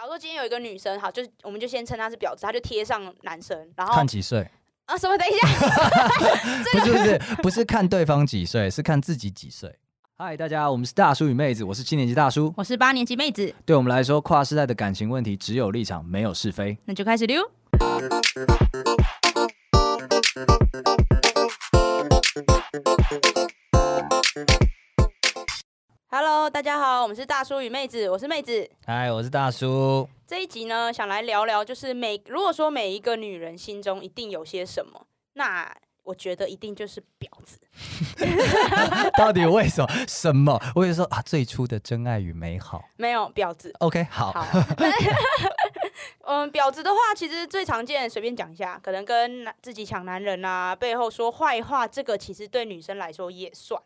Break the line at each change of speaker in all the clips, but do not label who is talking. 如说今天有一个女生，好，就是我们就先称她是婊子，她就贴上男生，然后
看几岁？
啊什么？等一下，
不是不是不是看对方几岁，是看自己几岁。嗨，大家，我们是大叔与妹子，我是七年级大叔。
我是八年级妹子，
对我们来说，跨世代的感情问题只有立场，没有是非。
那就开始溜。
Hello，大家好，我们是大叔与妹子，我是妹子。
嗨，我是大叔。
这一集呢，想来聊聊，就是每如果说每一个女人心中一定有些什么，那我觉得一定就是婊子。
到底为什么？什么？我也说啊，最初的真爱与美好。
没有婊子，
OK，好，
好， 嗯，婊子的话，其实最常见，随便讲一下，可能跟男自己抢男人啊，背后说坏话，这个其实对女生来说也算。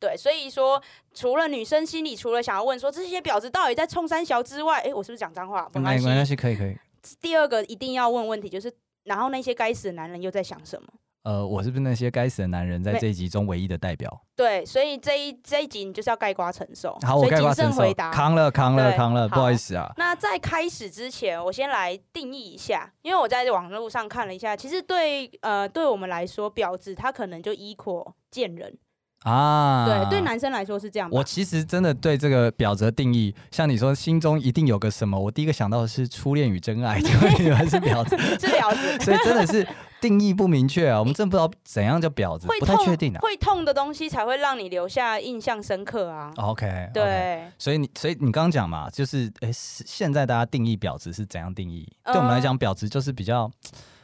对，所以说，除了女生心里除了想要问说这些婊子到底在冲三小之外，诶，我是不是讲脏话？没关
嗯没
系。
关系，可以可以。
第二个一定要问问题就是，然后那些该死的男人又在想什么？
呃，我是不是那些该死的男人在
没
这一集中唯一的代表？
对，所以这一这一集你就是要盖瓜承受，
好，我
所以
概括
谨
承
慎
受
回，答。
扛了扛了
对
扛了，不
好
好意思啊。
那在开始之前，我先来定义一下，因为我在网络上看了一下，其实对呃对我们来说，婊子她可能就 equal 贱人，
啊，
对，对男生来说是这样吧。
我其实真的对这个表则定义，像你说心中一定有个什么，我第一个想到的是初恋与真爱，结果 你们是婊子，
是婊 子
所以真的是定义不明确啊，我们真不知道怎样叫婊子
会，
不太
痛
确定啊。
会痛的东西才会让你留下印象深刻啊。
哦 OK，，
对，
所以你所以你刚刚讲嘛，就是诶，是现在大家定义婊子是怎样定义？
呃
对我们来讲，婊子就是比较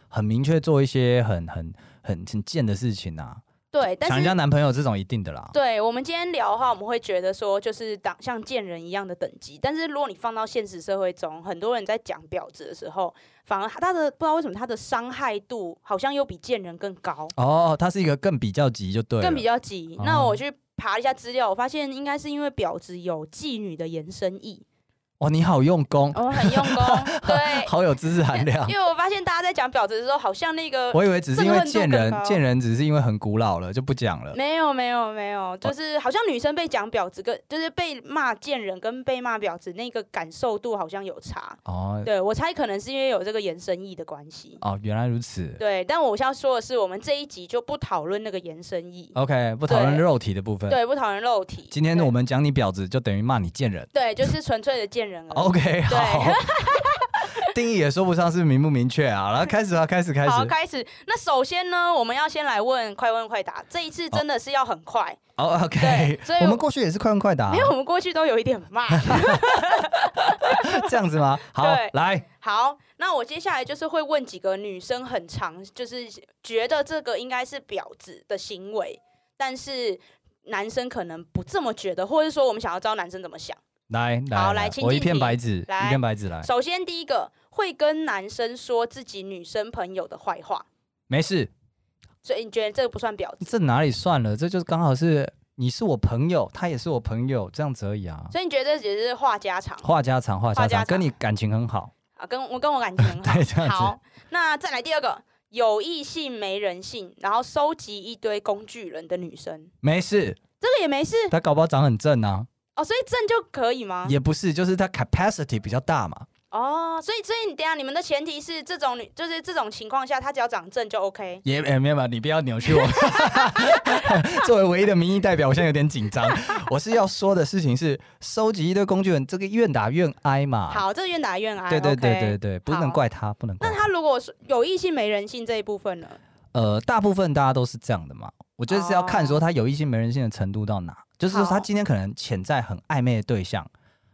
很明确做一些很很很很贱的事情啊，
对，但
抢人
是
家男朋友这种一定的啦。
对我们今天聊的话，我们会觉得说，就是当像贱人一样的等级。但是如果你放到现实社会中，很多人在讲婊子的时候，反而他的不知道为什么他的伤害度好像又比贱人更高，
哦，它是一个更比较级就对了，
更比较急。那
哦
我去爬一下资料，我发现应该是因为婊子有妓女的延伸意，
哇，哦你好用功，
我、哦很用功，对。
好有知识含量。
因为我发现大家在讲婊子的时候，好像那个
我以为只是因为贱
呃这个温度更
人，
高
贱人只是因为很古老了就不讲了。
没有没有没有，就是好像女生被讲婊子跟就是被骂贱人跟被骂婊子那个感受度好像有差。
哦
对我猜可能是因为有这个延伸意的关系。
哦，原来如此。
对，但我要说的是，我们这一集就不讨论那个延伸意，
OK，不讨论
对
肉体的部分。
对，不讨论肉体。
哦今天
对
我们讲你婊子，就等于骂你贱人。
对，就是纯粹的贱人而已。
OK，好。定义也说不上是明不明确啊。然后开始啊，开始开始
好，。开始。那首先呢，我们要先来问快问快答，这一次真的是要很快，
哦
对
OK，
所以
我
我
们过去也是快问快啊答
因，为我们过去都有一点 慢。
这样子吗？好
对，
来，
好，那我接下来就是会问几个女生很常就是觉得这个应该是婊子的行为，但是男生可能不这么觉得，或者说我们想要知道男生怎么想。
来，
好来请
我一
进
片
题
白纸，一
来
片白纸来。
首先第一个会跟男生说自己女生朋友的坏话，
没事，
所以你觉得这个不算婊子？
这哪里算了？这就是刚好是你是我朋友，他也是我朋友，这样子而已啊。
所以你觉得这只是话家常
话家常，话
话
家
家
常，跟
常
你感情很好，
啊？跟我跟我感情很好。
对，这样子。
好，那再来第二个，有异性没人性，然后收集一堆工具人的女生，
没事，
这个也没事
他搞不好长很 正啊，
哦，所以正就可以吗？
也不是，就是他 capacity 比较大嘛。
哦，所以所以你等一下你们的前提是这种女，就是这种情况下，她只要长正就 OK。
也也没有吧，你不要扭曲我。 作为唯一的民意代表，我现在有点 紧张。我是要说的事情是，收集一堆工具人，这个愿打愿挨嘛。，
好，这个愿打愿挨。
对对对
OK
对对，不能
好
怪他，不能怪
那
他。
他如果是有异性没人性这一部分呢？
呃，大部分大家都是这样的嘛。我觉得是要看说他有一些没人性的程度到哪，就是说他
哦好
今天可能潜在很暧昧的对象，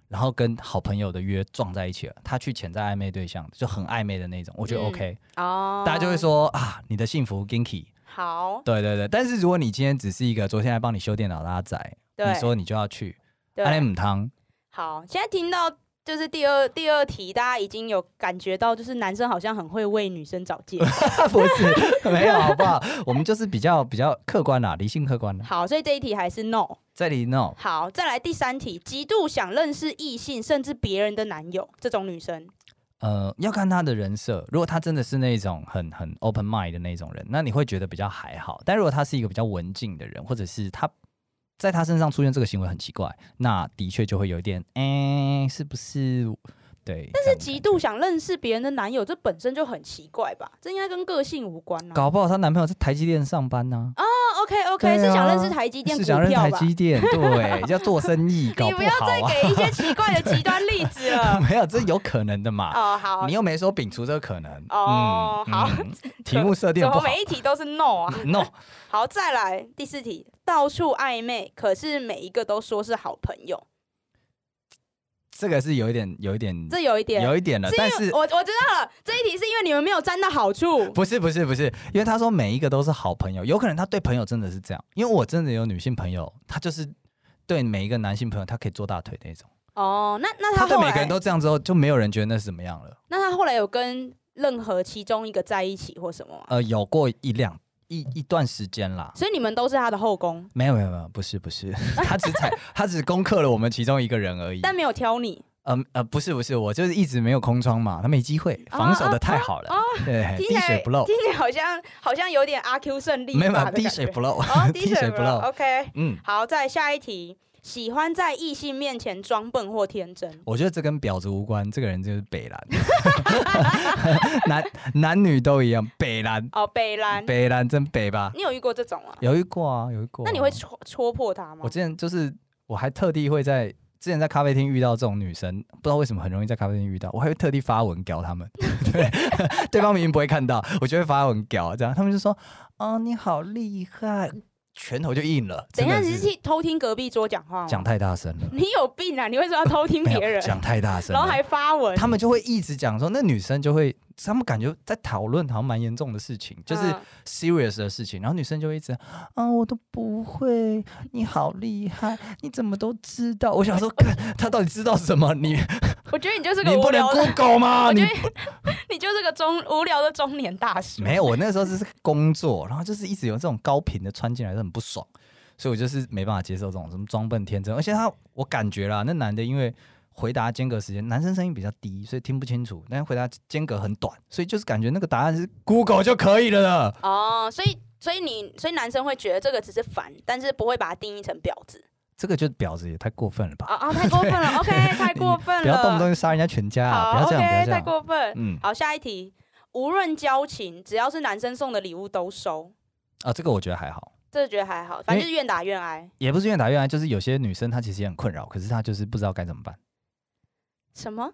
然后跟好朋友的约撞在一起了，他去潜在暧昧对象，就很暧昧的那种，我觉得
嗯
OK，、
哦，
大家就会说啊，你的幸福 Ginky，
好，
对对对。但是如果你今天只是一个昨天来帮你修电脑的阿仔，
对，
你说啊你就要去，阿
对，
姆汤，
好，现在听到。就是第二第二题，大家已经有感觉到，就是男生好像很会为女生找 借口。
不是 没有好不好？我们就是比较比较客观啦，理性客观啦。
好，所以这一题还是 no。
这里 no，
好，再来第三题，极度想认识异性，甚至别人的男友这种女生，
呃，要看他的人设。如果他真的是那种很很 open mind 的那种人，那你会觉得比较还好。但如果他是一个比较文静的人，或者是他在他身上出现这个行为很奇怪，那的确就会有一点，哎、是不是对，
但是
这样的
极
感
度
觉
想认识别人的男友，这本身就很奇怪吧？这应该跟个性无关啊。
搞不好她男朋友在台积电上班呢、
哦，OK
对
OK，、
啊
是想认识台积电
是
股
想认
票
台
吧？
积电，对，要做 生意，搞
你
不
不要
好
再
啊，
给一些奇怪的极端例子 了。
没有，这有可能的嘛。
哦，好
你，又没说摒除这个可能。
哦
嗯
好
嗯题目设定
怎
得
么
不好
每一题都是 no 啊？
，no，
好，再来第四题，到处暧昧，可是每一个都说是好朋友，
这个是有一点，有一点，
这有一点。
有一点了，但
因为
是
我我知道了，这一题是因为你们没有沾到好处。
不是不是不是，因为他说每一个都是好朋友，有可能他对朋友真的是这样，因为我真的有女性朋友，她就是对每一个男性朋友，她可以做大腿那种，
哦，那那
她
他
对
后
每个
来
人，都这样之后，就没有人觉得那是怎么样了。
那他后来有跟任何其中一个在一起或什么吗？
呃，有过一两一一段时间啦。
所以你们都是他的后宫，
没有没有没有，不是 不是，他只踩他只攻克了我们其中一个人而已。
但没有挑你。
嗯呃，不是不是，我就是一直没有空窗嘛，他没机会，
哦
防守的太好了，对，
听
哎滴
起来
水不漏
听，起来好像好像有点阿 Q 胜利
没有没
法
有
的
滴
感
水
觉
不漏，
哦，滴
滴
水
水
不
不
漏。
漏。
OK，
嗯，
好，再下一题，喜欢在异性面前装笨或天真。
我觉得这跟婊子无关，这个人就是北兰， 男男女都一样，北兰，
哦，北兰，
北兰真北吧，
你有遇过这种吗？
有遇过啊，有遇过啊。
那你会戳戳破他吗
我？之前就是，我还特地会在之前在咖啡厅遇到这种女生，不知道为什么很容易在咖啡厅遇到，我还会特地发文屌 他们，对， 对方明明不会看到，我就会发文屌这样，他们就说：“哦，你好厉害！”拳头就硬了。
等一下，
真
你
的
是
是
去偷听隔壁桌讲话吗？
讲太大声了，
你有病啊！你为什么要偷听
没
别
有
人？
讲太大声
然后
了，
还发文，
他们就会一直讲说，那女生就会，他们感觉在讨论好像蛮严重的事情，就是
嗯
serious 的事情，然后女生就会一直啊，我都不会，你好厉害，你怎么都知道？我想说，干他到底知道什么？你
我觉得你就是个
你
无
不能
聊的，
Google 吗？
我觉
你
得你就是个中无聊的中年大叔。
没有，我那时候只是工作，然后就是一直有这种高频的穿进来，就很不爽，所以我就是没办法接受这种什么装笨天真，而且他我感觉啦，那男的因为。回答间隔时间，男生声音比较低，所以听不清楚，但是回答间隔很短，所以就是感觉那个答案是 Google 就可以了的。
哦，所以所以你所以男生会觉得这个只是烦，但是不会把它定义成婊子。
这个就婊子也太过分了吧？
啊啊，太过分了 ，OK，太过分了，
不要动不动就杀人家全家、啊，不要
啊好
这样，不要
，OK，
这
太
样。
过分。
嗯
好，下一题，无论交情，只要是男生送的礼物都收，
啊，这个我觉得还好，
这觉得还好，反正就是愿打愿挨。
也不是越打越爱，就是有些女生她其实也很困扰，可是她就是不知道该怎么办。
什么？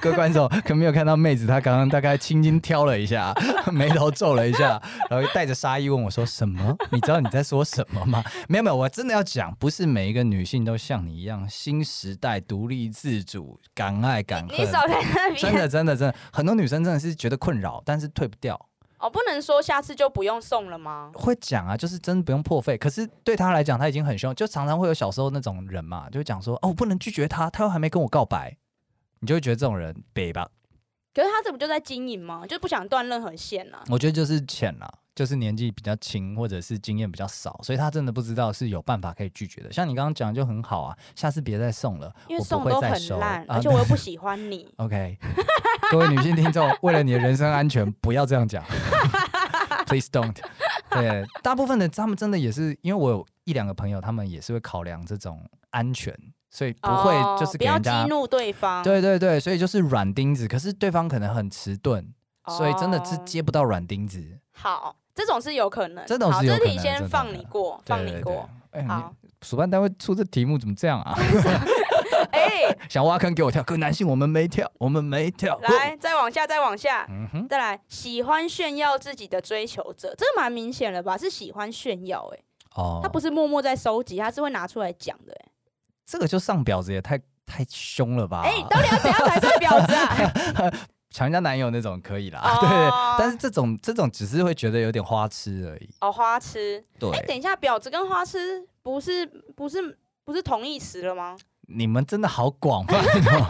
各位观众可能没有看到妹子，她刚刚大概轻轻挑了一下， 眉头皱了一下，然后带着杀意问我说：“什么？你知道你在说什么吗？”没有没有，我真的要讲，不是每一个女性都像你一样新时代独立自主、敢爱敢
你
恨。
少在那
真
边
的真的真的，很多女生真的是觉得困扰，但是退不掉。
哦，不能说下次就不用送了吗？
会讲啊，就是真不用破费。可是对他来讲，他已经很凶，就常常会有小时候那种人嘛，就会讲说哦，我不能拒绝他，他又还没跟我告白，你就会觉得这种人北吧。
可是他这不就在经营吗？就不想断任何线啊。
我觉得就是浅啦，就是年纪比较轻，或者是经验比较少，所以他真的不知道是有办法可以拒绝的。像你刚刚讲就很好啊，下次别再送了，
因为
我
送
不
都
会再
很
收
烂，
啊。
而且我又不喜欢你
OK，各 位女性听众，为了你的人身安全，不要这 样讲，Please don't。对， 大部分的他们真的也是，因为我有一两个朋友，他们也是会考量这种安全，所以不会
哦
就是
不
给
要
人
激
家。
怒啊对方。
对对对，所以就是软钉子，可是对方可能很迟钝，
哦，
所以真的是接不到软钉子。
好，这种是有可能。
这种是
好，
有
这
可
题
能这
先
种
放
可
你
能
过，放你过。。
对对对哎，
好
你，主办单位出这题目怎么这样啊？
哎，
想挖坑给我跳，可男性我们没跳， 我们没跳。哦
来，再往下，再往下，
嗯哼，
再来，喜欢炫耀自己的追求者，这个蛮明显了吧？是喜欢炫耀、欸，
哦，
他不是默默在收集，他是会拿出来讲的、欸，
这个就上婊子也太太凶了吧？
哎、到底要怎样才算婊子啊？
抢人家男友那种可以啦，
哦
对但是这种这种只是会觉得有点花痴而已。
哦，花痴，
对，
哎、等一下，婊子跟花痴不是不是不是同义词了吗？
你们真的好广泛哦，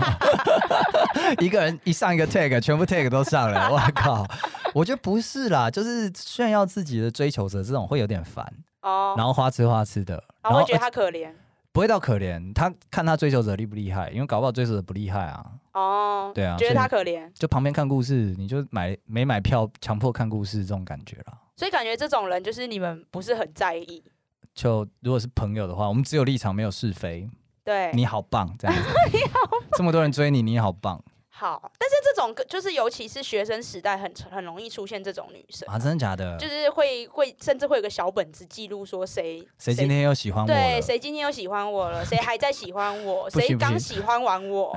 一个人一上一个 tag，全部 tag 都上了， 我靠！我觉得不是啦，就是炫耀自己的追求者这种会有点烦，
哦，
然后花痴花痴的，
然
然
后
后
会觉得他可怜，
不会到可怜，他看他追求者厉不厉害，因为搞不好追求者不厉害啊，
哦，
对啊
觉得
所以
他可怜，
就旁边看故事，你就买没买票，强迫看故事这种感觉啦。
所以感觉这种人就是你们不是很在意，
就如果是朋友的话，我们只有立场没有是非，
对，
你好棒这样子。这么多人追你，你也好棒
好，但是这种个就是尤其是学生时代很很容易出现这种女生，
啊！真的假的
就？是会会甚至会有个小本子记录说谁
谁今天又喜欢我
对
了？
谁今天又喜欢我了，谁还在喜欢我，
不行
谁
不行
刚喜欢完 我，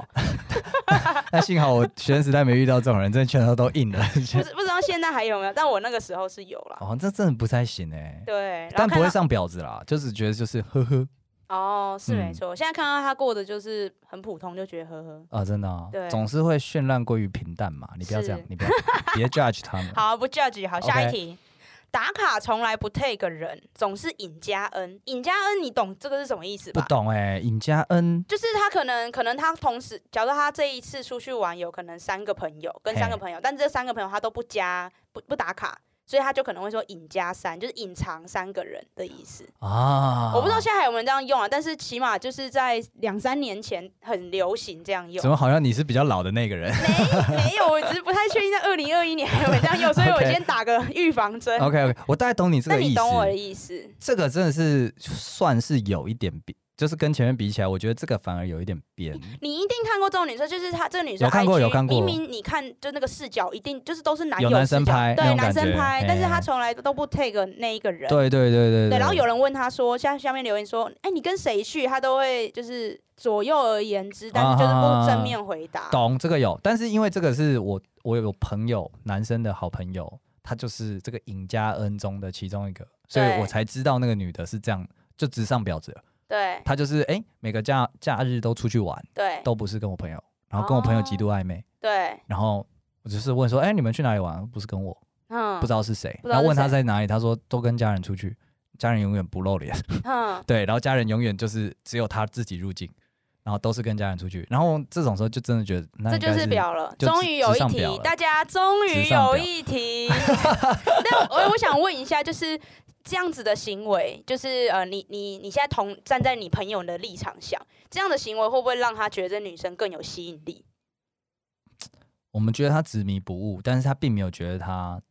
那哎幸好我学生时代没遇到这种人，真的全都都硬了。
不知不知道现在还有没有，但我那个时候是有了。
哦，这真的不太行哎、
对，然后
但
看
不会
到
上婊子啦，就是觉得就是呵呵
哦，是没
嗯
错。现在看到他过的就是很普通，就觉得呵呵。
啊，真的、啊
对，
总是会绚烂过于平淡嘛。你不要这样
是，
你不要别 judge 他 们。
好，不 judge，好，下一
OK
题。打卡从来不 take 人，总是尹佳恩。尹佳恩，你懂这个是什么意思
不
吧？
懂哎、尹佳恩
就是他可能可能他同时，假如他这一次出去玩，有可能三个朋友跟三个
嘿
朋友，但这三个朋友他都不加不不打卡，所以他就可能会说尹加三，就是隐藏三个人的意思。
啊，
我不知道现在还有没有这样用啊，但是起码就是在两三年前很流行这样用
怎。么好像你是比较老的那个人。
没没有，我只是不太确定在二零二一年还有没有这样用，所以我
OK
先打个预防针。
OK OK，我大概懂你这
那
个
你
意思。
懂我的意思？
这个真的是算是有一点比，就是跟前面比起来，我觉得这个反而有一点边。
你一定看过这种女生，就是她这个女生
有看过
IG
有看过
明明你看就那个视角，一定就是都是男
有男生
视角
拍
对
那种
男
感
生
觉
拍，
嘿
但是她从来都不 take 那一个人。
对对对对
对然后有人问她说，下下面留言说，哎，你跟谁去？她都会就是左右而言之，但是就是
啊
不正面回答。
懂这个有，但是因为这个是我我有朋友男生的好朋友，他就是这个尹佳恩中的其中一个，所以
对
我才知道那个女的是这样，就直上婊子了。
对
她就是哎、诶每个假假日都出去玩，
对
都不是跟我朋友，然后跟我朋友极
哦
度暧昧，
对，
然后我就是问说，哎、你们去哪里玩？不是跟我，
嗯
不知道是谁，
不知道
然后
是
问他
谁
在哪里，他说都跟家人出去， 家人永远不露脸。
嗯，
对，然后家人永远就是只有他自己入境，然后都是跟家人出去，然后这种时候就真的觉得那
这
应
就
该
是
是
表了，
就
终
直
于有
直
一
上表
题，
了
大家终于
直上
有
表
一 题。但我我想问一下，就是这样子的行为，就是呃，你你你现在同站在你朋友的立场想，这样的行为会不会让他觉得这女生更有吸引力？
我们觉得他执迷不悟，但是他并没有觉得他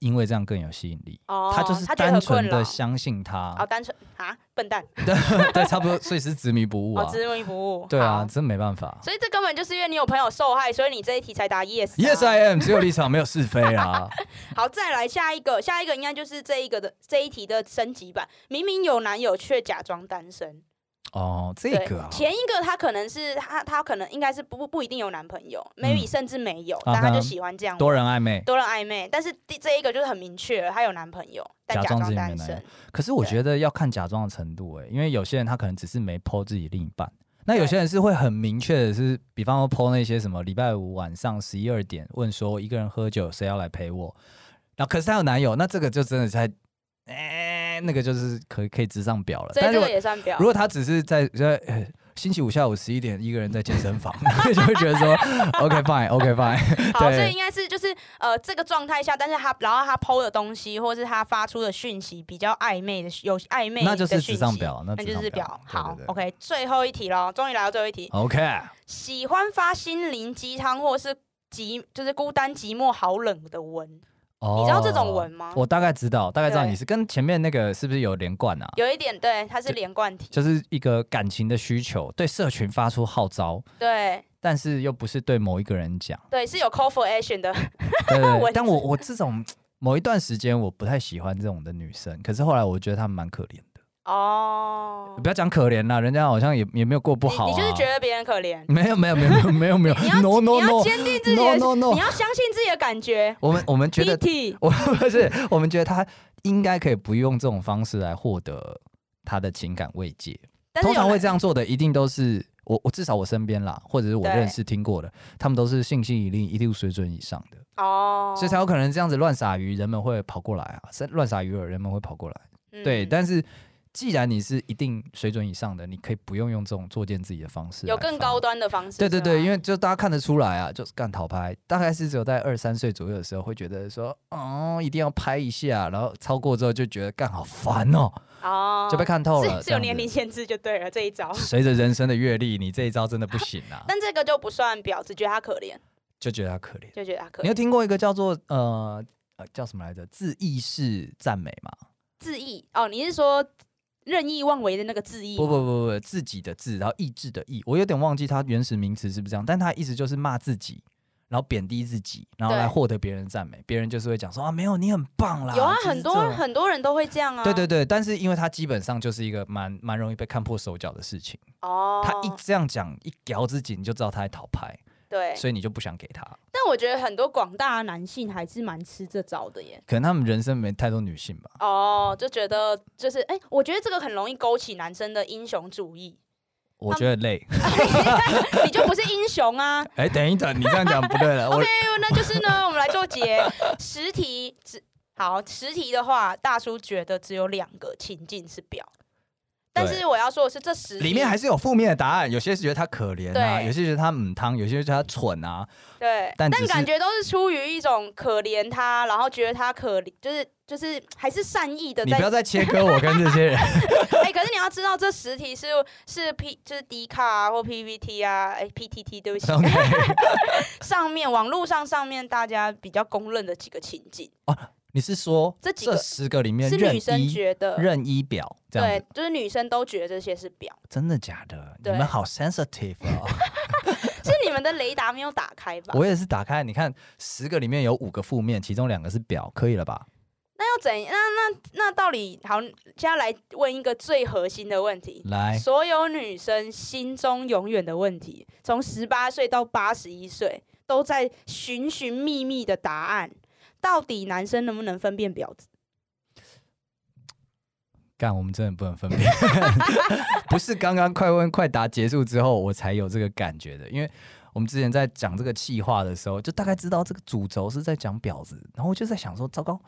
因为这样更有吸引力，
哦，
他就是
觉得很
单
困
纯
扰
的。相信他，
哦，单纯啊，笨蛋，
对，差不多，所以是执迷不悟
哦，
啊，
执迷不悟。
对啊，
好，
真没办法。
所以这根本就是因为你有朋友受害，所以你这一题才答 yes 啊、
Yes, I am，只有立场没有是非啊。
好，再来下一个，下一个应该就是这一个的这一题的升级版，明明有男友却假装单身。
哦，这
对，
个啊，
前一个他可能是他他可能应该是不不不一定有男朋友，maybe 甚至没有，但他
当
就
然
喜欢这样
嗯啊多人暧昧。
多人暧昧。但是第这一个就是很明确了，他有男朋友，但
假
假
装
装
自己没
单
男友
身。
可是我
对
觉得要看假装的程度、欸，因为有些人他可能只是没 PO 自己另一半，那有
对
些人是会很明确的是，比方说 PO 那些什么礼拜五晚上十一二点问说我一个人喝酒，谁要来陪我？然后可是她有男友，那这个就真的在，哎、那个就是可以可以直上表了。
所以
但
这
如
个
果
也算表
如。果他只是在在、呃星期五下午十一点一个人在健身房，那就会觉得说 OK fine OK fine，
好，
对
所以应该是就是呃这个状态下，但是他然后他 PO 的东西，或是他发出的讯息比较暧昧的，有暧昧的
那就是
讯
直上
息
表那
那
直
就
上
是
表
表。
对对
好
对
，OK，最后一题喽，终于来到最后一题。
OK，
喜欢发心灵鸡汤或是寂，就是孤单寂寞好冷的文，
哦
你知道这种文吗？
我大概知道，大概知道
对
你是跟前面那个是不是有连贯啊？
有一点对，它是
就
连贯体，
就是一个感情的需求，对社群发出号召，
对
但是又不是对某一个 人讲。
对，是有 call for action 的，
对对
我
对，但我我这种某一段时间我不太喜欢这种的女生，可是后来我觉得她们蛮可怜的。
哦。
不要讲可怜啦，人家好像也也没有过不好、啊
你，你就是觉得别人可怜，
没有没有没有没有没有没有
你要
，no
你
no
要
no
坚定自己的
no no
你
no，
要相信自己的感觉。
我们我们觉得
T
我不是我们觉得她应该可以不用这种方式来获得她的情感慰藉。
但是
通常
有
会
人
这样做的，一定都是我我至少我身边啦，或者是我
对
认识听过的，他们都是信心一定一定水准以上的，
哦，
所以才有可能这样子乱撒鱼，人们会跑过来啊，是乱撒鱼饵，人们会跑过来。
嗯
对，但是既然你是一定水准以上的，你可以不用用这种作践自己的方式，
有更高。端的方式。
对对对，因
为
为就大家看得出来啊，就是干讨拍，大概是只有在二三岁左右的时候会觉得说，哦，一定要拍一下，然后超过之后就觉得干好烦哦，
哦
就被看透了。
是是有
这样
年
子
龄限制就对了这一招，
随着人生的阅历，你这一招真的不行 啊，
但这个就不算婊子，觉得他可怜，
就觉得他可怜。
就觉得他可
你有
怜。
听过一个叫做呃呃叫什么来着？自意识赞美嘛？
自意哦，你是说任意妄为的那个恣意
不
吗。
不不不，自己的自，然后意志的意，我有点忘记它原始名词是不是这样，但它意思就是骂自己，然后贬低自己，然后
对
来获得别人的赞美，别人就是会讲说啊，没有你很棒啦，
有啊，
就是
很
这
多
种
很多人都会这样啊。
对对对，但是因为它基本上就是一个蛮蛮容易被看破手脚的事情，
哦，
他一这样讲一屌自己，你就知道他在讨牌，
对，
所以你就不想给他。
但我觉得很多广大男性还是蛮吃这招的耶。
可能他们人生没太多女性吧，
哦，就觉得就是哎、我觉得这个很容易勾起男生的英雄主义，
我觉得累。
你就不是英雄啊。
哎，等一等，你这样讲不对了，我
OK，那就是呢，我们来做结十题，只好十题的话，大叔觉得只有两个情境是表，但
对
是我要说的是这十
里面还
是
是有负面的答案，有些是觉得他可怜啊，
对
有些觉得他母汤，有些觉得他蠢啊，
对，
但
但
只是
感觉都是出于一种可怜他，然后觉得他可怜，就是就是还是善意的
你
在
不要再切割我跟这些人。
哎、可是你要知道，这十题是是 P 就是 D 卡啊或 PPT 啊，哎、PTT 对不起，
OK，
上面网络上上面大家比较公认的几个情境，
你是说
这几个
这十个里面
是
任
女生
一
觉得，
任一表这样
对
子？，
就是女生都觉得这些是表，
真的假的？你
对
们好 sensitive 哦。
是你们的雷达没有打开吧？
我也是打开，你看十个里面有五个负面，其中两个是表，可以了吧？
那要怎样？那那那到底好？现在来问一个最核心的问题。
来，
所有女生心中永远的问题，从十八岁到八十一岁，都在寻寻觅觅的答案。到底男生能不能分辨婊子？
干，我们真的不能分辨， 不是刚刚快问快答结束之后我才有这个感觉的，因为我们之前在讲这个气话的时候，就大概知道这个主轴是在讲婊子，然后我就在想说，糟糕，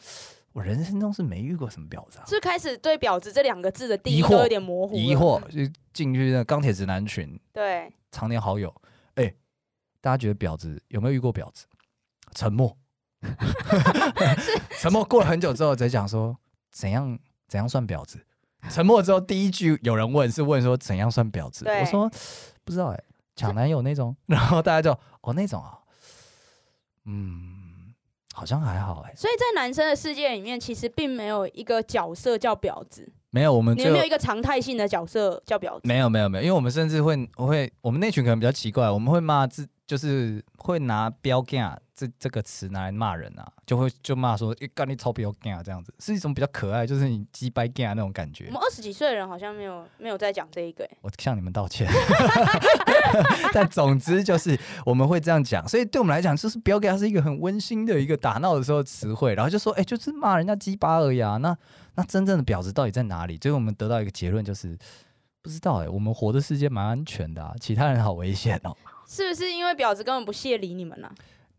我人生中是没遇过什么婊子啊，
是开始对“婊子”这两个字的定
疑
义
惑
都有点模糊了
疑惑。就进去那钢铁直男群，
对，
常年好友，哎、大家觉得婊子有没有遇过婊子？沉默，沉默过了很久之后才讲说怎样怎样算婊子。沉默之后第一句有人问是问说怎样算婊子？
对
我说不知道哎、抢男友那种， 然后大家就哦那种啊，嗯，好像还好哎、
所以在男生的世界里面，其实并没有一个角色叫婊子，
没有我们
你
嗯最
有
后
没有一个常态性的角色叫婊子？
没有没有没有，因为我们甚至会我会我们那群可能比较奇怪，我们会骂自就是会拿“标 g 啊这这个词拿来骂人啊，就会就骂说“诶干、你超标 g 啊”这样子，是一种比较可爱，就是你鸡掰 g 啊那种感觉
我。们二十几岁的人好像没有没有在讲这一个、欸，
我向你们道歉， 但总之就是我们会这样讲，所以对我们来讲，就是“标 g 啊”是一个很温馨的一个打闹的时候词汇，然后就说“哎、就是骂人家鸡巴而已啊”，那那真正的婊子到底在哪里？最后我们得到一个结论就是。不知道哎、我们活的世界蛮安全的、啊，其他人好危险哦。
是不是因为婊子根本不屑理你们呢、啊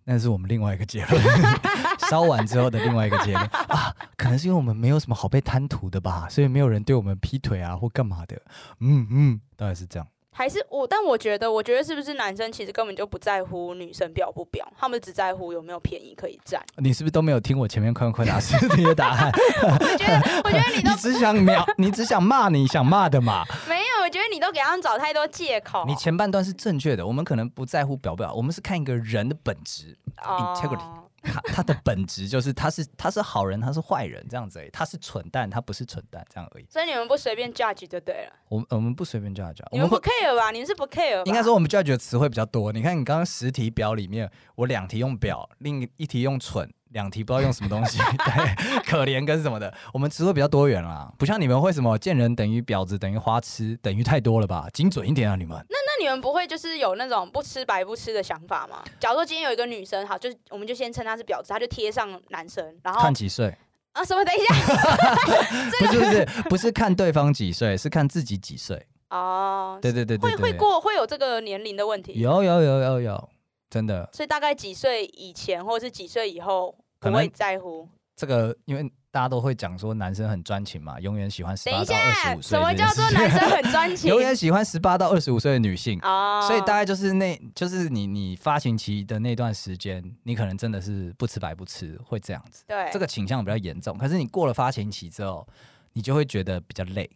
那是我们另外一个结论， 烧完之后的另外一个结论啊，可能是因为我们没有什么好被贪图的吧，所以没有人对我们劈腿啊或干嘛的。嗯嗯，当然是这样。
还是我？但我觉得，我觉得是不是男生其实根本就不在乎女生婊不婊，他们只在乎有没有便宜可以占。
你是不是都没有听我前面快问快答是你的答案？
我觉得，我觉 得你
你
都
只 想秒，你只想骂你想骂的嘛。
没有，我觉得你都给他们找太多借口。
你前半段是正确的，我们可能不在乎表不表，我们是看一个人的本质，integrity
哦
他他的本质就是他是他是好人，他是坏人这样子而已，他是蠢蛋，他不是蠢蛋这样而已。
所以你们不随便 judge 就对了，
我们我们不随便 judge，啊我
你
们
们
会
不 care 吧？你们是不 care？吧
应该说，我们 judge 的词汇比较多。你看，你刚刚十题表里面，我两题用表， 另一题用蠢，两题不知道用什么东西，对，可怜跟什么的。我们词汇比较多元啦，不像你们会什么见人等于婊子等于花痴等于太多了吧？精准一点啊，你们。
那你们不会就是有那种不吃白不吃的想法吗？假如说今天有一个女生，好，就是我们就先称她是婊子，她就贴上男生，然后
看几岁？
啊什么？等一 下
不是不是不是看对方几岁，是看自己几岁。
哦，
对对对对
会
对，
会过会有这个年龄的问题，
有有有有有，真的
所以大概几岁以前或者是几岁以后不
可能
会在乎。
这个因为。大家都会讲说男生很专情嘛，永远喜欢十
等
八
一
到二十
下
五，岁
什么
这件
叫
事
做
情
男生很专 情？
永远喜欢十八到二十五岁的女性。
哦，
所以大概就是那，就是你你发情期的那段时间，你可能真的是不吃白不吃，会这样子，
对
这个倾向比较严重。可是你过了发情期之后，你就会觉得比较累，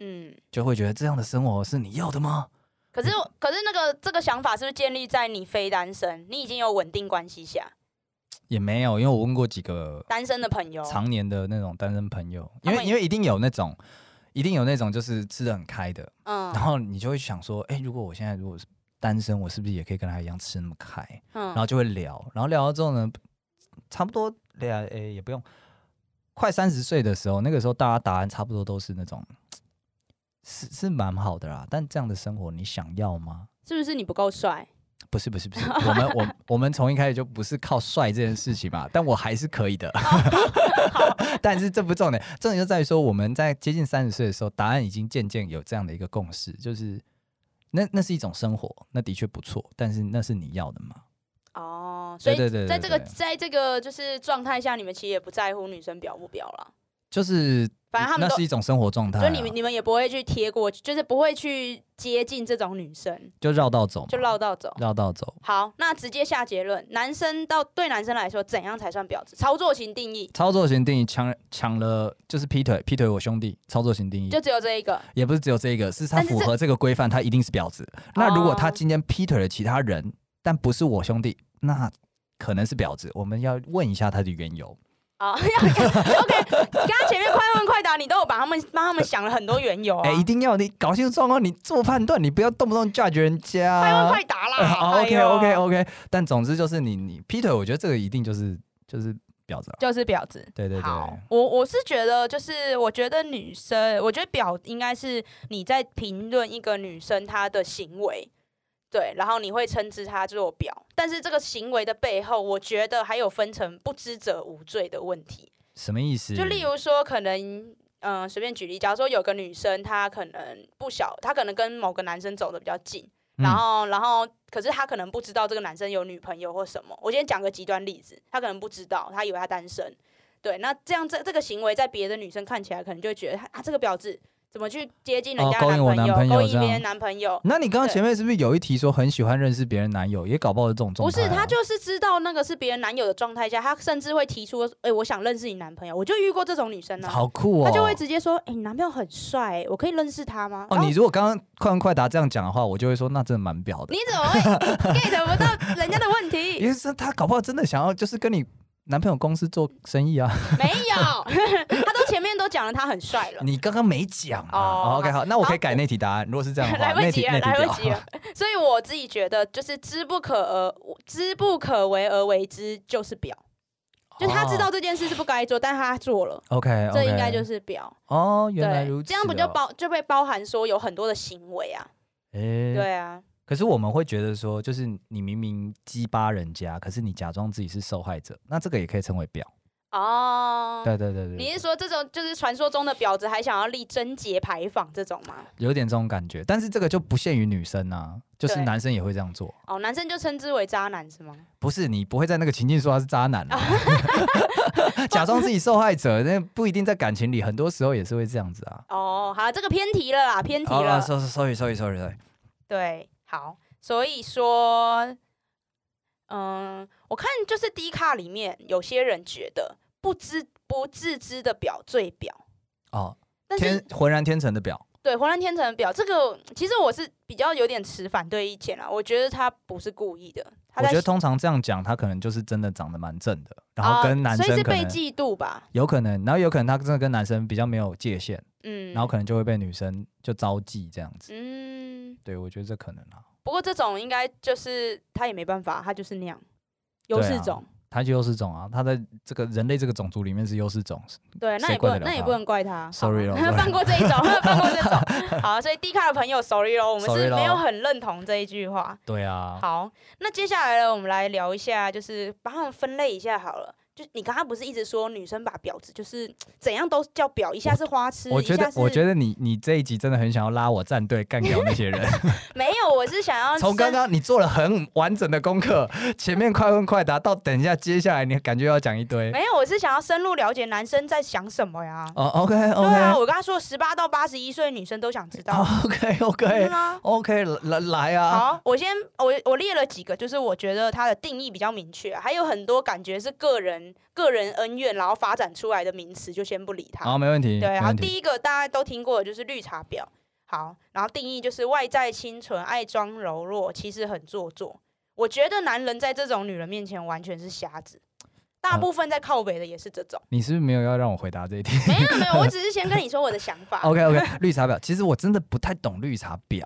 嗯。
就会觉得这样的生活是你要的吗？
可是，可是那个这个想法是不是建立在你非单身，你已经有稳定关系下，
也没有，因为我问过几个
单身的朋友？
常年的那种单身朋友，因
他
为
们
因为一定有那种一定有那种就是吃的很开的，
嗯
然后你就会想说，哎、如果我现在如果是单身，我是不是也可以跟他一样吃那么开？然
嗯
后就会聊，然后聊到之后呢，差不多俩诶、也不用，快三十岁的时候，那个时候大家答案差不多都是那种，是是蛮好的啦。但这样的生活你想要吗？
是不是你不够帅？
不是不是不是，我们我我们从一开始就不是靠帅这件事情嘛，但我还是可以的。但是这不重点，重点就在于说我们在接近三十岁的时候，答案已经渐渐有这样的一个共识，就是那那是一种生活，那的确不错，但是那是你要的吗？
哦，所
对
以
对对对
在这个
对
在这个就是状态下，你们其实也不在乎女生表不表了，
就是
反正他们
那
都
是一种生活状态、啊，
就你们你们也不会去贴过去，就是不会去接近这种女生，
就绕道走嘛，
就绕道走。
绕道走，
好，那直接下结论，男生到对男生来说，怎样才算婊子？操作型定义
操作型定义抢抢了就是劈腿，劈腿我兄弟，操作型定义
就只有这一个，
也不是只有这一个，是他
但是
符
这
合这个规范，他一定是婊子。那如果他
哦
今天劈腿了其他人，但不是我兄弟，那可能是婊子，我们要问一下他的缘由。
啊、o k 刚刚前面快问快答，你都有把他们帮他们想了很多缘由啊。
哎、一定要你搞清楚状况，你做判断，你不要动不动 judge 人家。
快问快答啦！
好
哎
，OK
呦
OK OK，但总之就是你你劈腿，我觉得这个一定就是就是婊子啊。
就是婊子。
对对对，
好，我我是觉得，就是我觉得女生，我觉得婊应该是你在评论一个女生她的行为，对，然后你会称之她做婊，但是这个行为的背后，我觉得还有分成不知者无罪的问题。
什么意思？
就例如说，可能嗯，呃随便举例，假如说有个女生，她可能不小，她可能跟某个男生走的比较近，
嗯
然后然后可是她可能不知道这个男生有女朋友或什么。我今天讲个极端例子，她可能不知道，她以为她单身。对，那这样这这个行为在别的女生看起来，可能就会觉得啊，这个婊子怎么去接近人
哦
家
勾引我
男
男
朋
朋
友，
友
勾引
这
别
样嗯
人男朋友？
那你刚刚
对
前面是不是有一题说很喜欢认识别人男友，也搞不好是这种状
不
态
是，
啊、
她就是知道那个是别人男友的状态下，她甚至会提出，哎、我想认识你男朋友。我就遇过这种女生呢、 啊
好酷哦，
他就会直接说：“哎、你男朋友很帅、欸，我可以认识他吗？”
哦。
然后
你如果刚刚快问快答这样讲的话，我就会说那真的蛮婊的
你，怎么 会 get 不到人家的问
因
题？
为是他搞不好真的想要就是跟你男朋友公司做生意啊。
没有，他都前面都讲了他很帅了，
你刚刚没讲啊、
哦
OK，好，那我可以改那题答案。如果是这样的话，
来不
那
及
题
了，
那题
来
掉
不 及了。 所以我自己觉得，就是知不可而知不可为而为之，就是表。就是
哦
他知道这件事是不该做，但他做了，
OK，
这应该就是表。
哦，原来
对
如，此、
这样不就？包就被包含说有很多的行为啊？
哎、
对啊，
可是我们会觉得说，就是你明明激巴人家，可是你假装自己是受害者，那这个也可以称为婊。
哦，
对对对对，
你是说这种就是传说中的婊子还想要立贞节牌坊这种吗？
有点这种感觉，但是这个就不限于女生啊，就是
对
男生也会这样做。
哦，男生就称之为渣男是吗？
不是你不会在那个情境说他是渣 男、啊， 假装自己受害者，那不一定在感情里，很多时候也是会这样子啊。
哦，好，这个偏题了啦，偏题啊
好
了。
了，sorry sorry sorry sorry，sorry
对，好，所以说，嗯，我看就是低卡里面有些人觉得不知不自知的婊最婊，
哦，
但是
天浑然天成的表，
对浑然天成的婊这个，其实我是比较有点持反对意见啦。我觉得他不是故意的，他
我
在
觉得通常这样讲，他可能就是真的长得蛮正的，然后
啊
跟男
所以
生
是
可
被
能
嫉妒吧？
有可能，然后有可能他真的跟男生比较没有界限，
嗯，
然后可能就会被女生就招忌这样子。
嗯。
对，我觉得这可能啊，
不过这种应该就是他也没办法，他就是那样，优势
啊
种。
他就优势种啊，他在这个人类这个种族里面是优势种，
对，那也
谁
不
怪得
能，
了
那也
他
不能怪他。
Sorry
好
咯
吧
sorry
放过这一种，放过这 种。好，所以 D 卡的朋友，sorry 咯，我们
Sorry
是没有
咯
很认同这一句话。
对啊，
好，那接下来呢，我们来聊一下，就是把他们分类一下好了。就你刚刚不是一直说女生把婊子就是怎样都叫婊，一下是花痴，
我觉
一下
得，
是
我觉得你你这一集真的很想要拉我战队干掉那些人。
没有，我是想要
从刚
深
刚你做了很完整的功课，前面快问快答到等一下，接下来你感觉要讲一堆。
没有，我是想要深入了解男生在想什么呀。
哦，OK
对啊，
OK 哦
我刚刚说十八到八十一岁的女生都想知道。嗯
OK OK
啊
OK，来来啊，
好，我先我我列了几个，就是我觉得它的定义比较明确，还有很多感觉是个人个人恩怨，然后发展出来的名词，就先不理它。
好，没问题，
对，
没
好，
问
第
题。
一个大家都听过的就是绿茶婊。好，然后定义就是外在清纯，爱装柔弱，其实很做作。我觉得男人在这种女人面前完全是瞎子，
哦
大部分在靠北的也是这种。
你是不是没有要让我回答这一题
没有没有，我只是先跟你说我的想 法。
？OK OK，绿茶婊，其实我真的不太懂绿茶婊，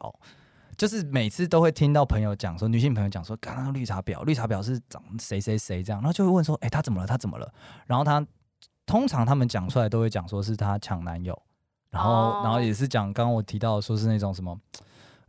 就是每次都会听到朋友讲说，女性朋友讲说，刚刚绿茶婊，绿茶婊是长谁谁谁这样，然后就会问说，哎、她怎么了？她怎么了？然后她通常他们讲出来都会讲说是她抢男友，然后、
哦
然后也是讲刚刚我提到说是那种什么，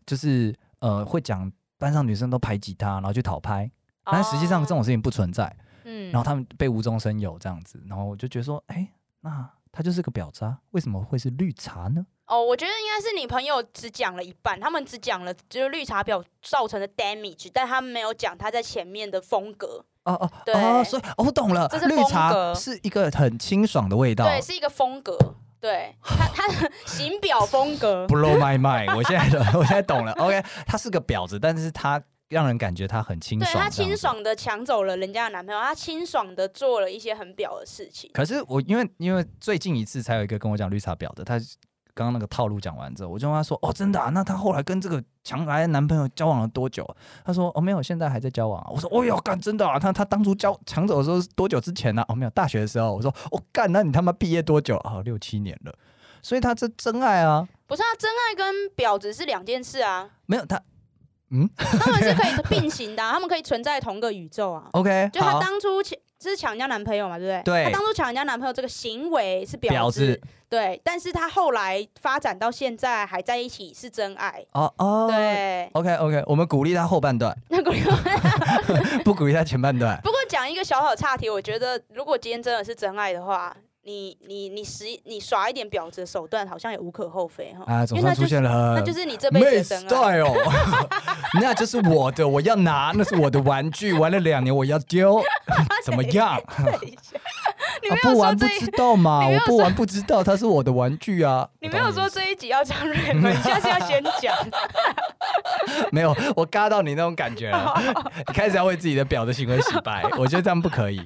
就是呃会讲班上女生都排挤她，然后去讨拍，但实际上这
哦，
种事情不存在。
嗯
然后他们被无中生有这样子，然后我就觉得说，哎、那他就是个婊渣，为什么会是绿茶呢？
哦，我觉得应该是你朋友只讲了一半，他们只讲了就是绿茶婊造成的 damage，但他们没有讲他在前面的风格，
哦哦
对
哦，所以、哦我懂了
这，是
绿
风
茶
格
是一个很清爽的味道。
对，是一个风格，对他他的 型表风格，
Blow my mind，我现在懂，我现在 懂了。OK，他是个婊子，但是他让人感觉他很清
对
爽，
他清。爽的抢走了人家的男朋友，他清爽的做了一些很婊的事情。
可是我因为因为最近一次才有一个跟我讲绿茶婊的，他刚刚那个套路讲完之后，我就问他说：“哦，真的、啊？那他后来跟这个强来的男朋友交往了多久啊？”他说：“哦，没有，现在还在交往、啊。”我说：“哦哟，干真的啊？他他当初交抢走的时候是多久之前呢、哦，没有，大学的时候。我说：“哦，干，那你他妈毕业多久啊？哦六七年了。所以他这真爱啊，
不是啊，真爱跟婊子是两件事啊，
没有他
他们是可以 并行的啊、他们可以存在同个宇宙啊。
OK
就她
好
当初抢是抢人家男朋友嘛，对不对？
对
她当初抢人家男朋友这个行为是婊
婊子
对，但是她后来发展到现在还在一起是真爱，
哦哦
对。
OK OK，我们鼓励他后半段，
那个
不鼓励他前半段。
不过讲一个小小岔题，我觉得如果今天真的是真爱的话，你你你使你耍一点婊子的手段，好像也无可厚非哈。
啊，总
因为
算
那
出
就
现了，
那就是你这辈子
妹
的真 爱。
style，那哦 就是我的，我要拿，那是我的玩具，玩了两年我要丢，怎么样？
等一下 你没
啊
有
不
说
玩
这
不
一
知道嘛，
你没
我
有
不玩不知道，它是我的玩具啊。
你
我
没
懂
有说
意思
这一集要讲瑞文，你下次要先讲。
没有，我嘎到你那种感觉了， 你开始要为自己的表的行为洗白，我觉得这样不可以。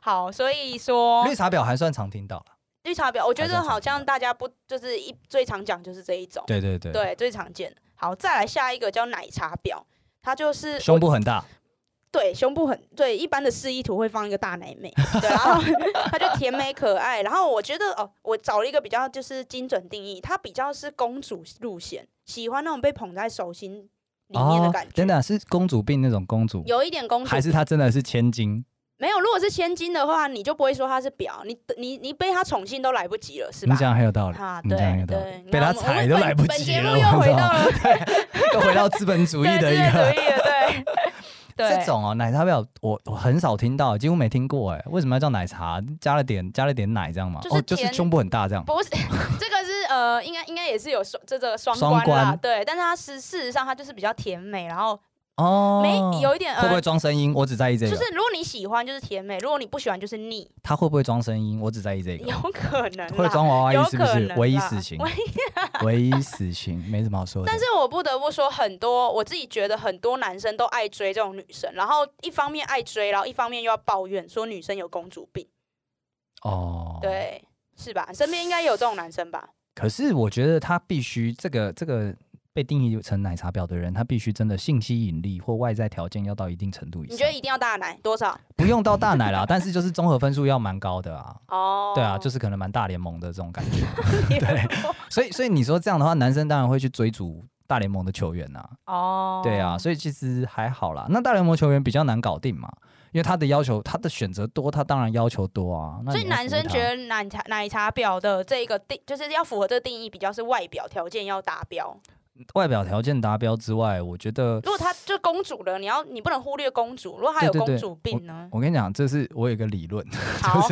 好，所以说
绿茶婊还算常听到了，
绿茶婊，我觉
还是
得
很常
好像大家不就是一最常讲就是这一种，
对对对，
最常见的。好，再来下一个叫奶茶婊，它就是
胸部很大，
对胸部很对，一般的示意图会放一个大奶妹，对，然后 它就甜美可爱。然后我觉得哦，我找了一个比较就是精准定义，它比较是公主路线，喜欢那种被捧在手心
啊
里面的感觉，
等等，是公主病那种公主，
有一点公主
哦还是她真的是千金？
没有，如果是千金的话，你就不会说她是婊，你你你被她宠幸都来不及了，是吧
你？讲得很有道理。
啊，
你讲
对
有道理
对，
被
那
他
我们
踩
我们
都
本
来不
本
及
节目
了
又
我
回
知
到
道
了
又回到资本主义的一个
主义了， 对对
这种哦，奶茶婊我我很少听到，几乎没听过哎，为什么要叫奶茶？加了点加了点奶这样吗？
就是
哦，就是
甜
胸部很大这样。
不是这个是呃，应该应该也是有双这这个双
双
关啦，
关
对，但是它是事实上它就是比较甜美，然后
哦，
没、有一点
会不会
呃。
装声音？我只在意这
就
个
是。如果你喜欢就是甜美，如果你不喜欢就是腻，
他会不会装声音？我只在意这个。
有可能啦
会装娃娃
有
音
可
是不是
能啦
唯一死刑
唯？
唯一死刑，没什么好说 的。
但是我不得不说，很多我自己觉得很多男生都爱追这种女生，然后一方面爱追，然后一方面又要抱怨说女生有公主病，
哦，。
对，是吧？身边应该有这种男生吧？
可是我觉得他必须这个这个被定义成奶茶婊的人，他必须真的性吸引力或外在条件要到一定程度以上。
你觉得一定 要大奶多少？
不用到大奶啦，但是就是综合分数要蛮高的啊。
哦，
对啊，就是是可能蛮大联盟的这种感 觉。对，所以 所以你说这样的话，男生当然会去追逐大联盟的球员呐、
哦，
对啊，，所以其实还好啦。那大联盟球员比较难搞定嘛，因为他的要求，他的选择多，他当然要求多啊。那
所以
你要
男
服务
生
他
觉得奶茶奶茶婊的这个定，就是要符合这个定义，比较是外表条件要达标。
外表条件达标之外，我觉得
如果她就公主了，你要你不能忽略公主。如果她有
对对
公
对
主病呢？
我跟你讲，这是我有一个理论，
好，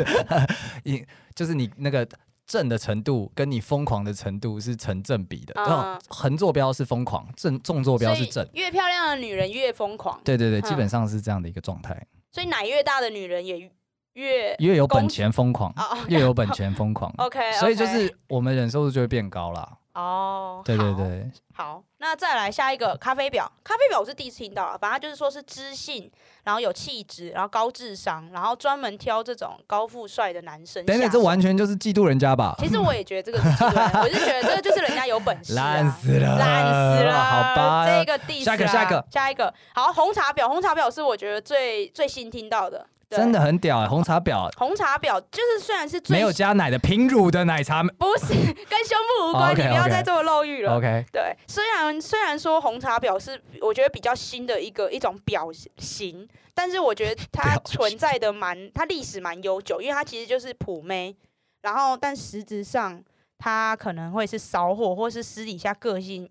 一就是你那个正的程度跟你疯狂的程度是成正比的，
嗯
然后横坐标是疯狂，正纵坐标是
所
正
以。越漂亮的女人越疯狂，
对对对，基
嗯
本上是这样的一个状态，
所以奶越大的女人也越
越有本
公
钱疯狂，
哦哦
越有本钱疯狂，
OK，
所以就是我们忍受度就会变高啦。
哦，
对对
好
对，
好，那再来下一个咖啡婊。咖啡婊我是第一次听到啊，反正它就是说是知性，然后有气质，然后高智商，然后专门挑这种高富帅的男生。
等等，这。完全就是嫉妒人家吧？
其实我也觉得这个是奇怪，我是觉得这个就是人家有本事、啊，
烂死了
烂死了，
好吧
这个第、啊、
下一个下一个
下一个，好，红茶婊，红茶婊是我觉得最最新听到的，对
真的很屌、欸，红茶婊
红茶婊就是虽然是最
没有加奶的平乳的奶茶。
不是跟胸部无关，你
OK，OK
不要再这么露欲了。
哦 OK，
对，虽然虽然说红茶婊是我觉得比较新的一个一种表型，但是我觉 得它
表
存在的蛮，它历史蛮悠久，因为它其实就是普妹，然后但实质上它可能会是骚货，或是私底下个性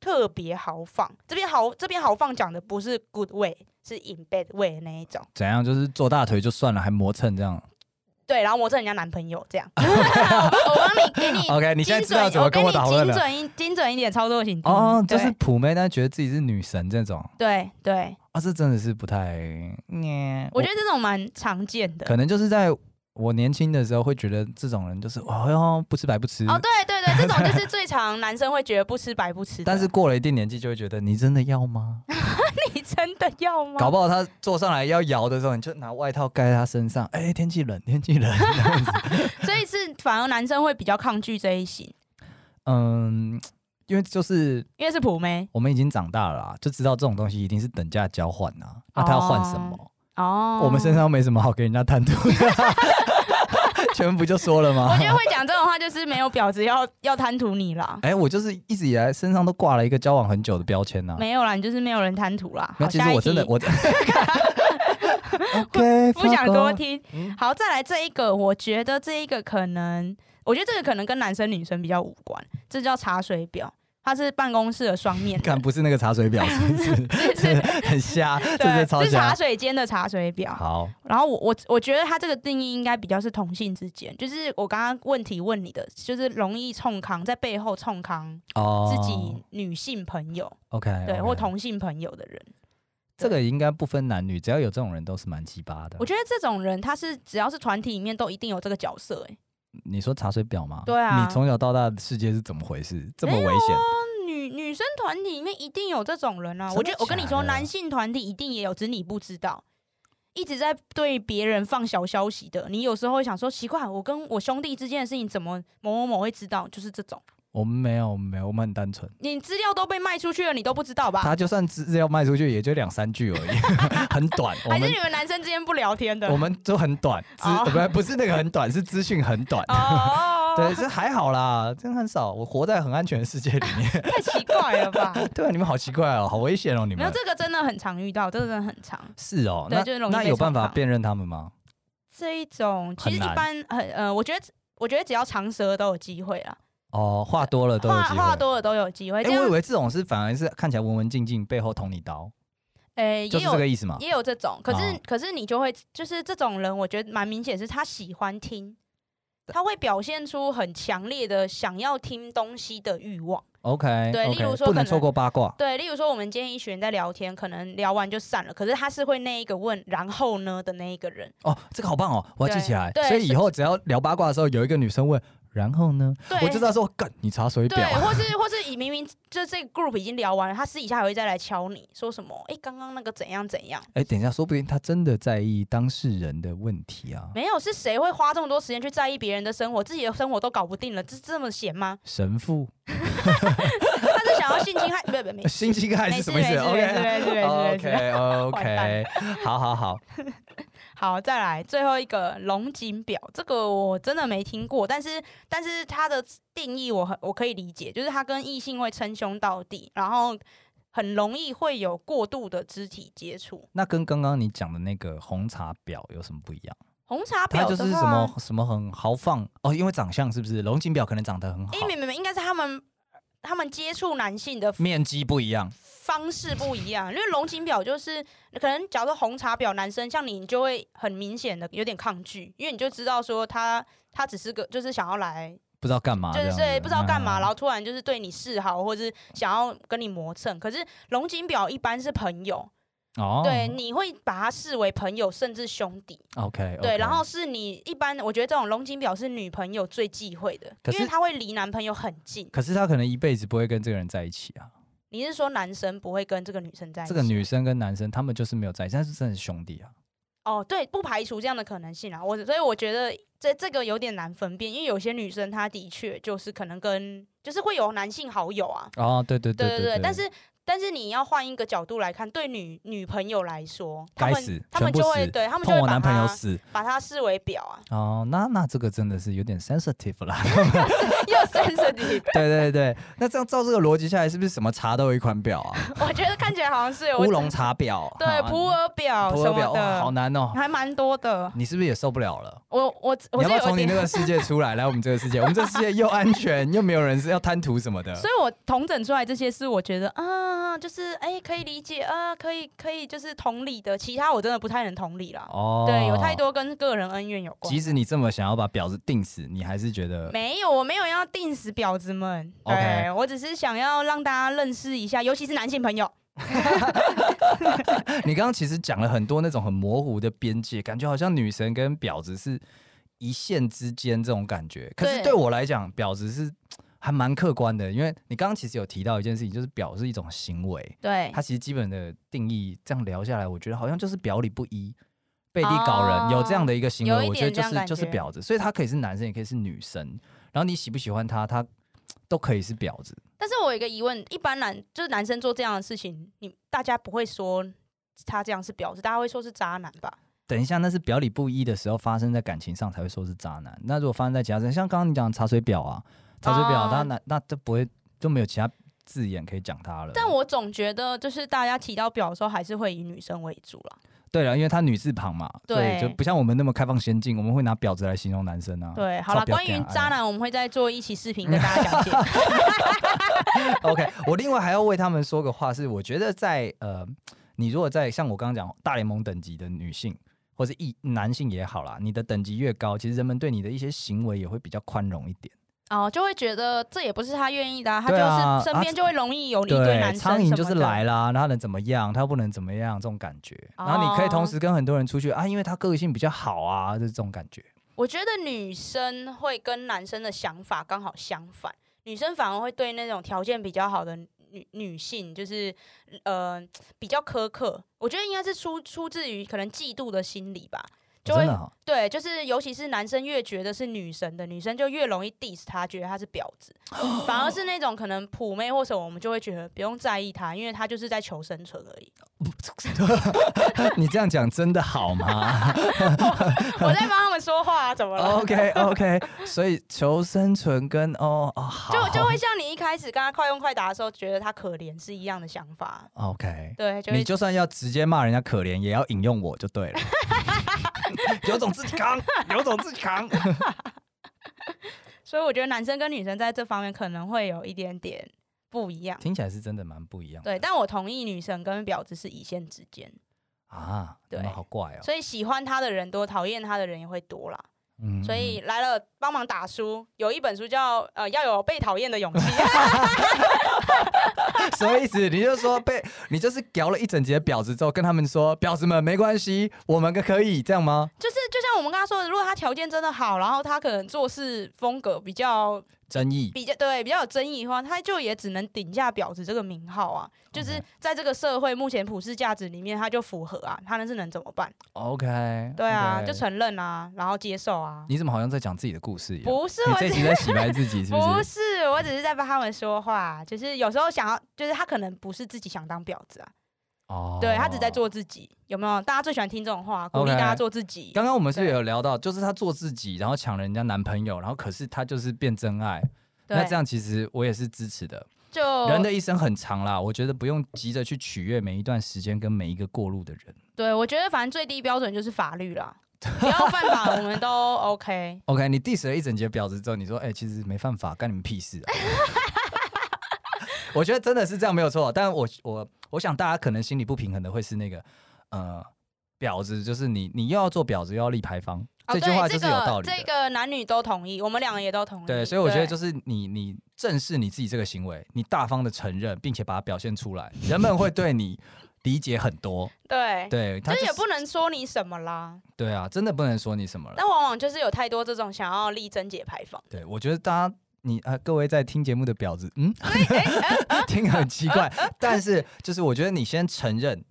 特别豪放。这边豪这边豪放讲的不是 good way，是 in bad way 的那一种。
怎样？就是做大腿就算了，还磨蹭这样。
对，然后磨蹭人家男朋友这 样。我帮我帮你给你
OK，你
精
哦现在
准，
知道怎么跟我讨论
给你精
了。
准一精准一点操作型
哦，
对
就是普妹，但觉得自己是女神这种
对对，
啊，这真的是不太……嗯
我觉得这种蛮常见的。
可能就是在我年轻的时候会觉得这种人就是哦哟，不吃白不吃。
哦，对对对，这种就是最常男生会觉得不吃白不吃的。
但是过了一定年纪，就会觉得你真的要吗？
你真的要吗？
搞不好他坐上来要摇的时候，你就拿外套盖在他身上。哎、天气冷，天气冷。
所以是反而男生会比较抗拒这一型，
嗯，因为就是
因为是普妹
我们已经长大了啦，啊就知道这种东西一定是等价交换呐、啊。那、他要换什么？
哦。
我们身，上又没什么好给人家贪图的，全不就说了
我
吗
觉？得会讲这种话就是没有婊子要要贪图你啦，
哎、我就是一直以来身上都挂了一个交往很久的标签呐、啊。
没有啦，你就是没有人贪图啦。
没
好，
有，其
下
实
一
我真 的
题
我 OK，
不想多
发光。
听。
嗯
好，再来这一个，我觉得这一个可能，我觉得这个可能跟男生女生比较无关，这叫茶水婊，它是办公室的双面
看
人，
不是那个茶水表，是不是？
是是，
很瞎，这
对，
是超
是茶
瞎。
水间的茶水婊。
好，
然后我我我觉得他这个定义应该比较是同性之间，就是我刚刚问题问你的，就是容易冲康在背后冲康
哦，
自己女性朋友，
哎 OK，
对，或同性朋友的人。
这个应该不分男女，只要有这种人都是蛮鸡巴的
我。觉得这种人他是只要是团体里面都一定有这个角色、欸，
你说茶水表吗？
对啊
你从小到大的世界是怎么回事？这么危险？
哦女女生团体里面一定有这种人啊！
真的
我觉得我跟你
假
说，
的
男性团体一定也有，只是你不知道。一直在对别人放小消息的，你有时候会想说，奇怪，我跟我兄弟之间的事情怎么某某某会知道？就是这种，
我们没有，我们没有，我们很单纯。
你资料都被卖出去了，你都不知道吧？
他就算资料卖出去，也就两三句而已， 很短。我
还是
们
你们男生之间不聊天的？
我们都很短，资
哦
不不是那个很短，是资讯很短。
哦，
对，这还好啦，真的很少。我活在很安全的世界里面。
太奇怪了吧？
对啊，你们好奇怪哦，好危险哦，你
没有
们。
这个真的很常遇到，这个真的很常。
是哦，
对
那
就是容易
那
被
有办
冲
法
康
辨认他们吗？
这一种其实一
很难
般很呃，我觉得我觉得只要长舌都有机会啦，
哦，话多了都有
话
机
话
会。
多了都有机会。
哎、
这样
我以为这种是反而是看起来文文静静，背后捅你刀，
诶、
就
也
是
有
这个意思嘛？
也有这种，可是、
哦
可是你就会就是这种人，我觉得蛮明显是他喜欢听，他会表现出很强烈的想要听东西的欲望。
OK，
对
o
例
k
如说
不
可能
能错过八卦。
对，例如说我们今天一群人在聊天，可能聊完就散了，可是他是会那一个问然后呢的那一个人，
哦，这个好棒哦，我要记起来
对。对
所以以后只要聊八卦的时候，有一个女生问，然后呢，
对，
我就知道说，干你查水
对
表，
或是或是以明明就这个 group 已经聊完了，他私底下还会再来敲你说什么？哎，刚刚那个怎样怎样？
哎、等一下，说不定她真的在意当事人的问题啊。
没有，是谁会花这么多时间去在意别人的生活？自己的生活都搞不定了，这这么闲吗？
神父，
他是想要性侵害？不不不，
心情还
没
是
事
什么意
没
思
事没事
？OK
没事没事没事。
OK
完蛋
OK，好好好，
好，再来最后一个龙井表，这个我真的没听过，但是但是它的定义我很我可以理解，就是它跟异性会称兄道弟，然后很容易会有过度的肢体接触。
那跟刚刚你讲的那个红茶婊有什么不一样？
红茶
他
婊
就
的
是
话
什么什么很豪放哦，因为长相是不是？龙井表可能长得很好
哎，，没没没，应该是他们他们接触男性的
面积不一样。
方式不一样，因为龙井表就是可能，假如说红茶婊男生像你，你就会很明显的有点抗拒，因为你就知道说他他只是个就是想要来，
不知道干啊嘛这
就
样
是
子，
对不知道干嘛，
嗯
然后突然就是对你示好，或是想要跟你磨蹭。可是龙井表一般是朋友，
哦，
对，你会把他视为朋友，甚至兄弟。
，OK，
对，然后是你一般，我觉得这种龙井表是女朋友最忌讳的，
可
因为
是
他会离男朋友很近。
可是他可能一辈子不会跟这个人在一起啊。
你是说男生不会跟这个女生在一起？
这个女生跟男生他们就是没有在一起，但是真的是兄弟啊。
哦，对，不排除这样的可能性啊。我所以我觉得这这个有点难分辨，因为有些女生她的确就是可能跟就是会有男性好友啊，
哦，对对
对
对
对，但是但是你要换一个角度来看，对女女朋友来说，他
该
们
死
他们
全部
就会
死
对他们就
碰
会
我
把
男朋友
它
死
把它视为表啊，
哦，那那这个真的是有点 sensitive 啦。
又 sensitive。
对对对，那这样照这个逻辑下来，是不是什么茶都有一款 表啊？
我觉得看起来好像是有
乌龙，茶婊，
对
啊
普洱表
普
什
洱
么
婊，哇，好
的，
难哦。
还蛮多的。
你是不是也受不了了？
我我
你
我
要
是
不要
有
从你那
点，
个世界出来，来我们这个世界？我们这个世界又安全，又没有人是要贪图什么的。
所以我统整出来这些是我觉得啊，就是哎、可以理解啊，可以可以就是同理的，其他我真的不太能同理啦。
哦
对，有太。多跟个人恩怨有关
即。使你这么想要把婊子定死，你还是觉得
没有，我没有要定死婊子们。对
呃 OK
我只是想要让大家认识一下，尤其是男性朋友。
你刚刚其实讲了很多那种很模糊的边界，感觉好像女神跟婊子是一线之间这种感觉。可是
对
对我来讲，婊子是还蛮客观的，因为你刚刚其实有提到一件事情，就是婊是一种行为，
对
它其实基本的定义这样聊下来，我觉得好像就是表里不一。背地搞人、有这样的一个行
哦有
为，
一
我觉
点
得就
这样
是
感
就是
觉
婊子，所以他可以是男生，也可以是女生。然后你喜不喜欢他，他都可以是婊子。
但是我有一个疑问，一般男就是男生做这样的事情，你大家不会说他这样是婊子，大家会说是渣男吧？
等一下，那是表里不一的时候发生在感情上才会说是渣男。那如果发生在其他身，像刚刚你讲的茶水婊啊，茶水婊，
哦
那那那就不会就没有其他字眼可以讲他了。
但我总觉得，就是大家提到婊的时候，还是会以女生为主啦。
对了，因为他女字旁嘛，所以
对
就不像我们那么开放先进，我们会拿婊子来形容男生啊。
对，好了，
超婊
关于
子啊
渣男，我们会再做一期视频跟大家讲解。
哎 OK，我另外还要为他们说个话是，我觉得在呃，你如果在像我刚刚讲大联盟等级的女性或是一男性也好啦，你的等级越高，其实人们对你的一些行为也会比较宽容一点。
哦，就会觉得这也不是他愿意的、啊，他
对
就
啊
是身边就会容易有你
对，
男生
苍蝇就是
什么的
来啦，他能怎么样？他不能怎么样，这种感觉。
哦
然后你可以同时跟很多人出去啊，因为他个性比较好啊，就是这种感觉。
我觉得女生会跟男生的想法刚好相反，女生反而会对那种条件比较好的女女性，就是呃比较苛刻。我觉得应该是出出自于可能嫉妒的心理吧，就
真
会、
的、哦，
对，就是尤其是男生越觉得是女神的，女生就越容易 diss 她，觉得她是婊 子，反而是那种可能普妹或什么，我们就会觉得不用在意她，因为她就是在求生存而已。
你这样讲真的 好吗
我在帮他们说话、啊，怎么了？
？OK OK，所 以求生存跟哦哦好，
就就会像你一开始跟他快问快答的时候，觉得他可怜是一样的想法。
OK。
对，就
你
会
就算要直接骂人家可怜，也要引用我就对了。 有种自己扛，有种自己扛。
所以我觉得男生跟女生在这方面可能会有一点点不一样。
听起来是真的蛮不一样的。
对，但我同意女生跟婊子是一线之间，
啊，你们
对
好怪哦。
所以喜欢她的人多，讨厌她的人也会多啦。
嗯
所以来了，帮忙打书，有一本书叫《呃要有被讨厌的 勇气》，
什么意思？你就说被你就是屌了一整节婊子之后，跟他们说婊子们没关系，我们可以这样吗？
就是就像我们刚刚说的，如果他条件真的好，然后他可能做事风格比较
争议
比较对比较有争议的话，他就也只能顶下婊子这个名号啊。就是在这个社会目前普世价值里面，他就符合啊，他那是能怎么办？
，OK？
对啊
OK
就承认啊，然后接受啊。
你怎么好像在讲自己的故事一 样？
不是
你
我
这
只，
集在洗白自己是不
不
是？
是我只是在帮他们说话，啊就是有时候想要，就是他可能不是自己想当婊子啊，
哦
对他只在。做自己，有没有？大家最喜欢听这种话，鼓励
OK
大家做自己。
刚刚我们是不是有聊到，就是她做自己，然后抢人家男朋友，然后可是她就是变真爱。那
对，哦
这样其实我也是支持的。
就
人的一生很长啦，我觉得不用急着去取悦每一段时间跟每一个过路的人。
对我觉得反正最低标准就是法律 啦，只要犯法我们都 OK。
OK，你 diss 了一整节婊子之后，你说，哎、其实没犯法，干你们屁事、啊。 我觉得真的是这样没有错，但我我我想大家可能心里不平衡的会是那个，呃，婊子就是你，你又要做婊子又要立牌坊，
哦
这句
对
话就是有道理的。
这个。这嗯个男女都同意，我们两个也都同意。
对，所以我觉得就是是你你正视你自己这个行为，你大方的承认，并且把它表现出来，人们会对你理解很多。
对，
对，他
就是哎也
就是
不能说你什么啦。
对啊，真的不能说你什么了。
但往往就是有太多这种想要力争解牌坊。
对，我觉得大家。你啊、各位在听节目的婊子，嗯， 听很奇怪，但是就是我觉得你先承认，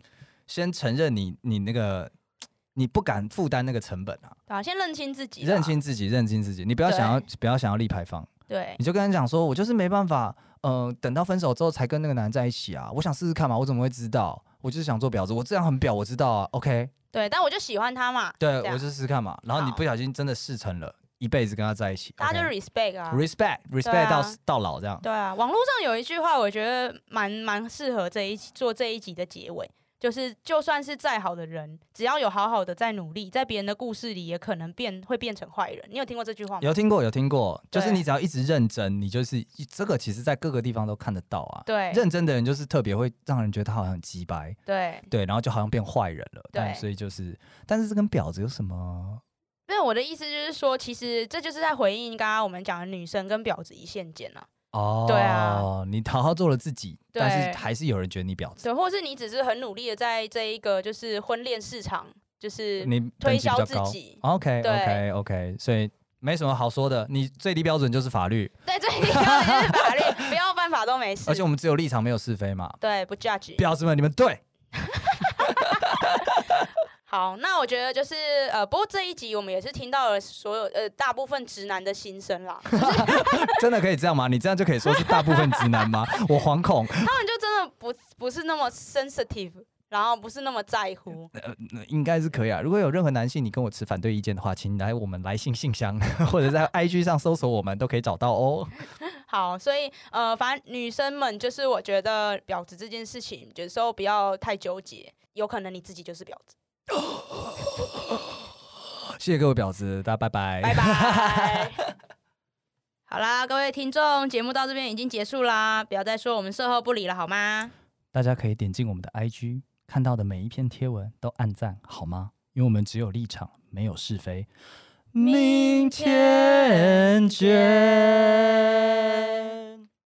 先承认你你那个你不敢负担那个成本啊，
对啊，先认清自己啦，
认清自己，认清自己，你不要想要不要想要立牌坊，
对
你就跟他讲说，我就是没办法，呃，等到分手之后才跟那个男人在一起啊，我想试试看嘛，我怎么会知道？我就是想做婊子，我这样很婊，我知道啊，OK，
对，但我就喜欢他嘛，
对
这样
我就试试看嘛。然后你
好
不小心真的试成了，一辈子跟他在一起，
大家就
OK
respect 啊。
respect
对
respect
啊
到死到老这样。
对啊，网络上有一句话，我觉得蛮蛮适合这一集做这一集的结尾，就是就算是再好的人，只要有好好的在努力，在别人的故事里也可能变会变成坏人。你有听过这句话吗？
有听过，有听过，就是
对
你只要一直认真，你就是这个，其实在各个地方都看得到啊。
对
认真的人就是特别会让人觉得他好像很鸡掰，
对，
对，然后就好像变坏人了。但
对
所以就是，但是这跟婊子有什么？
那我的意思就是说，其实这就是在回应刚刚我们讲的女生跟婊子一线间啊，
哦，
对啊，
你好好做了自己，
对
但是还是有人觉得你婊子，
对，或是你只是很努力的在这一个就是婚恋市场，就是
你
推
等级比
销
较
自
高。哦
己，
OK
对
OK OK，所以没什么好说的，你最低标准就是法律，
对，最低标准就是法律，不要犯法都没事
而。且我们只有立场没有是非嘛。
对，不 judge。
婊子们，你们对，
好，那我觉得就是呃，不过这一集我们也是听到了所有呃大部分直男的心声啦，
真的可以这样吗？你这样就可以说是大部分直男吗？我惶恐，
他们就真的不不是那么 sensitive，然后不是那么在乎，
那应该是可以啊。如果有任何男性你跟我持反对意见的话，请来我们来信信箱， 或者在 IG 上搜索我们都可以找到哦。
好，所以呃，反正女生们就是我觉得婊子这件事情，有时候不要太纠结，有可能你自己就是婊子。
谢谢各位婊子，大家拜拜。
拜 拜。哎好啦，各位听众，节目到这边已经结束啦，不要再说我们售后不理了，好吗？
大家可以点进我们的 IG，看到的每一篇贴文都按赞好吗？因为我们只有立场，没有是非。明天见。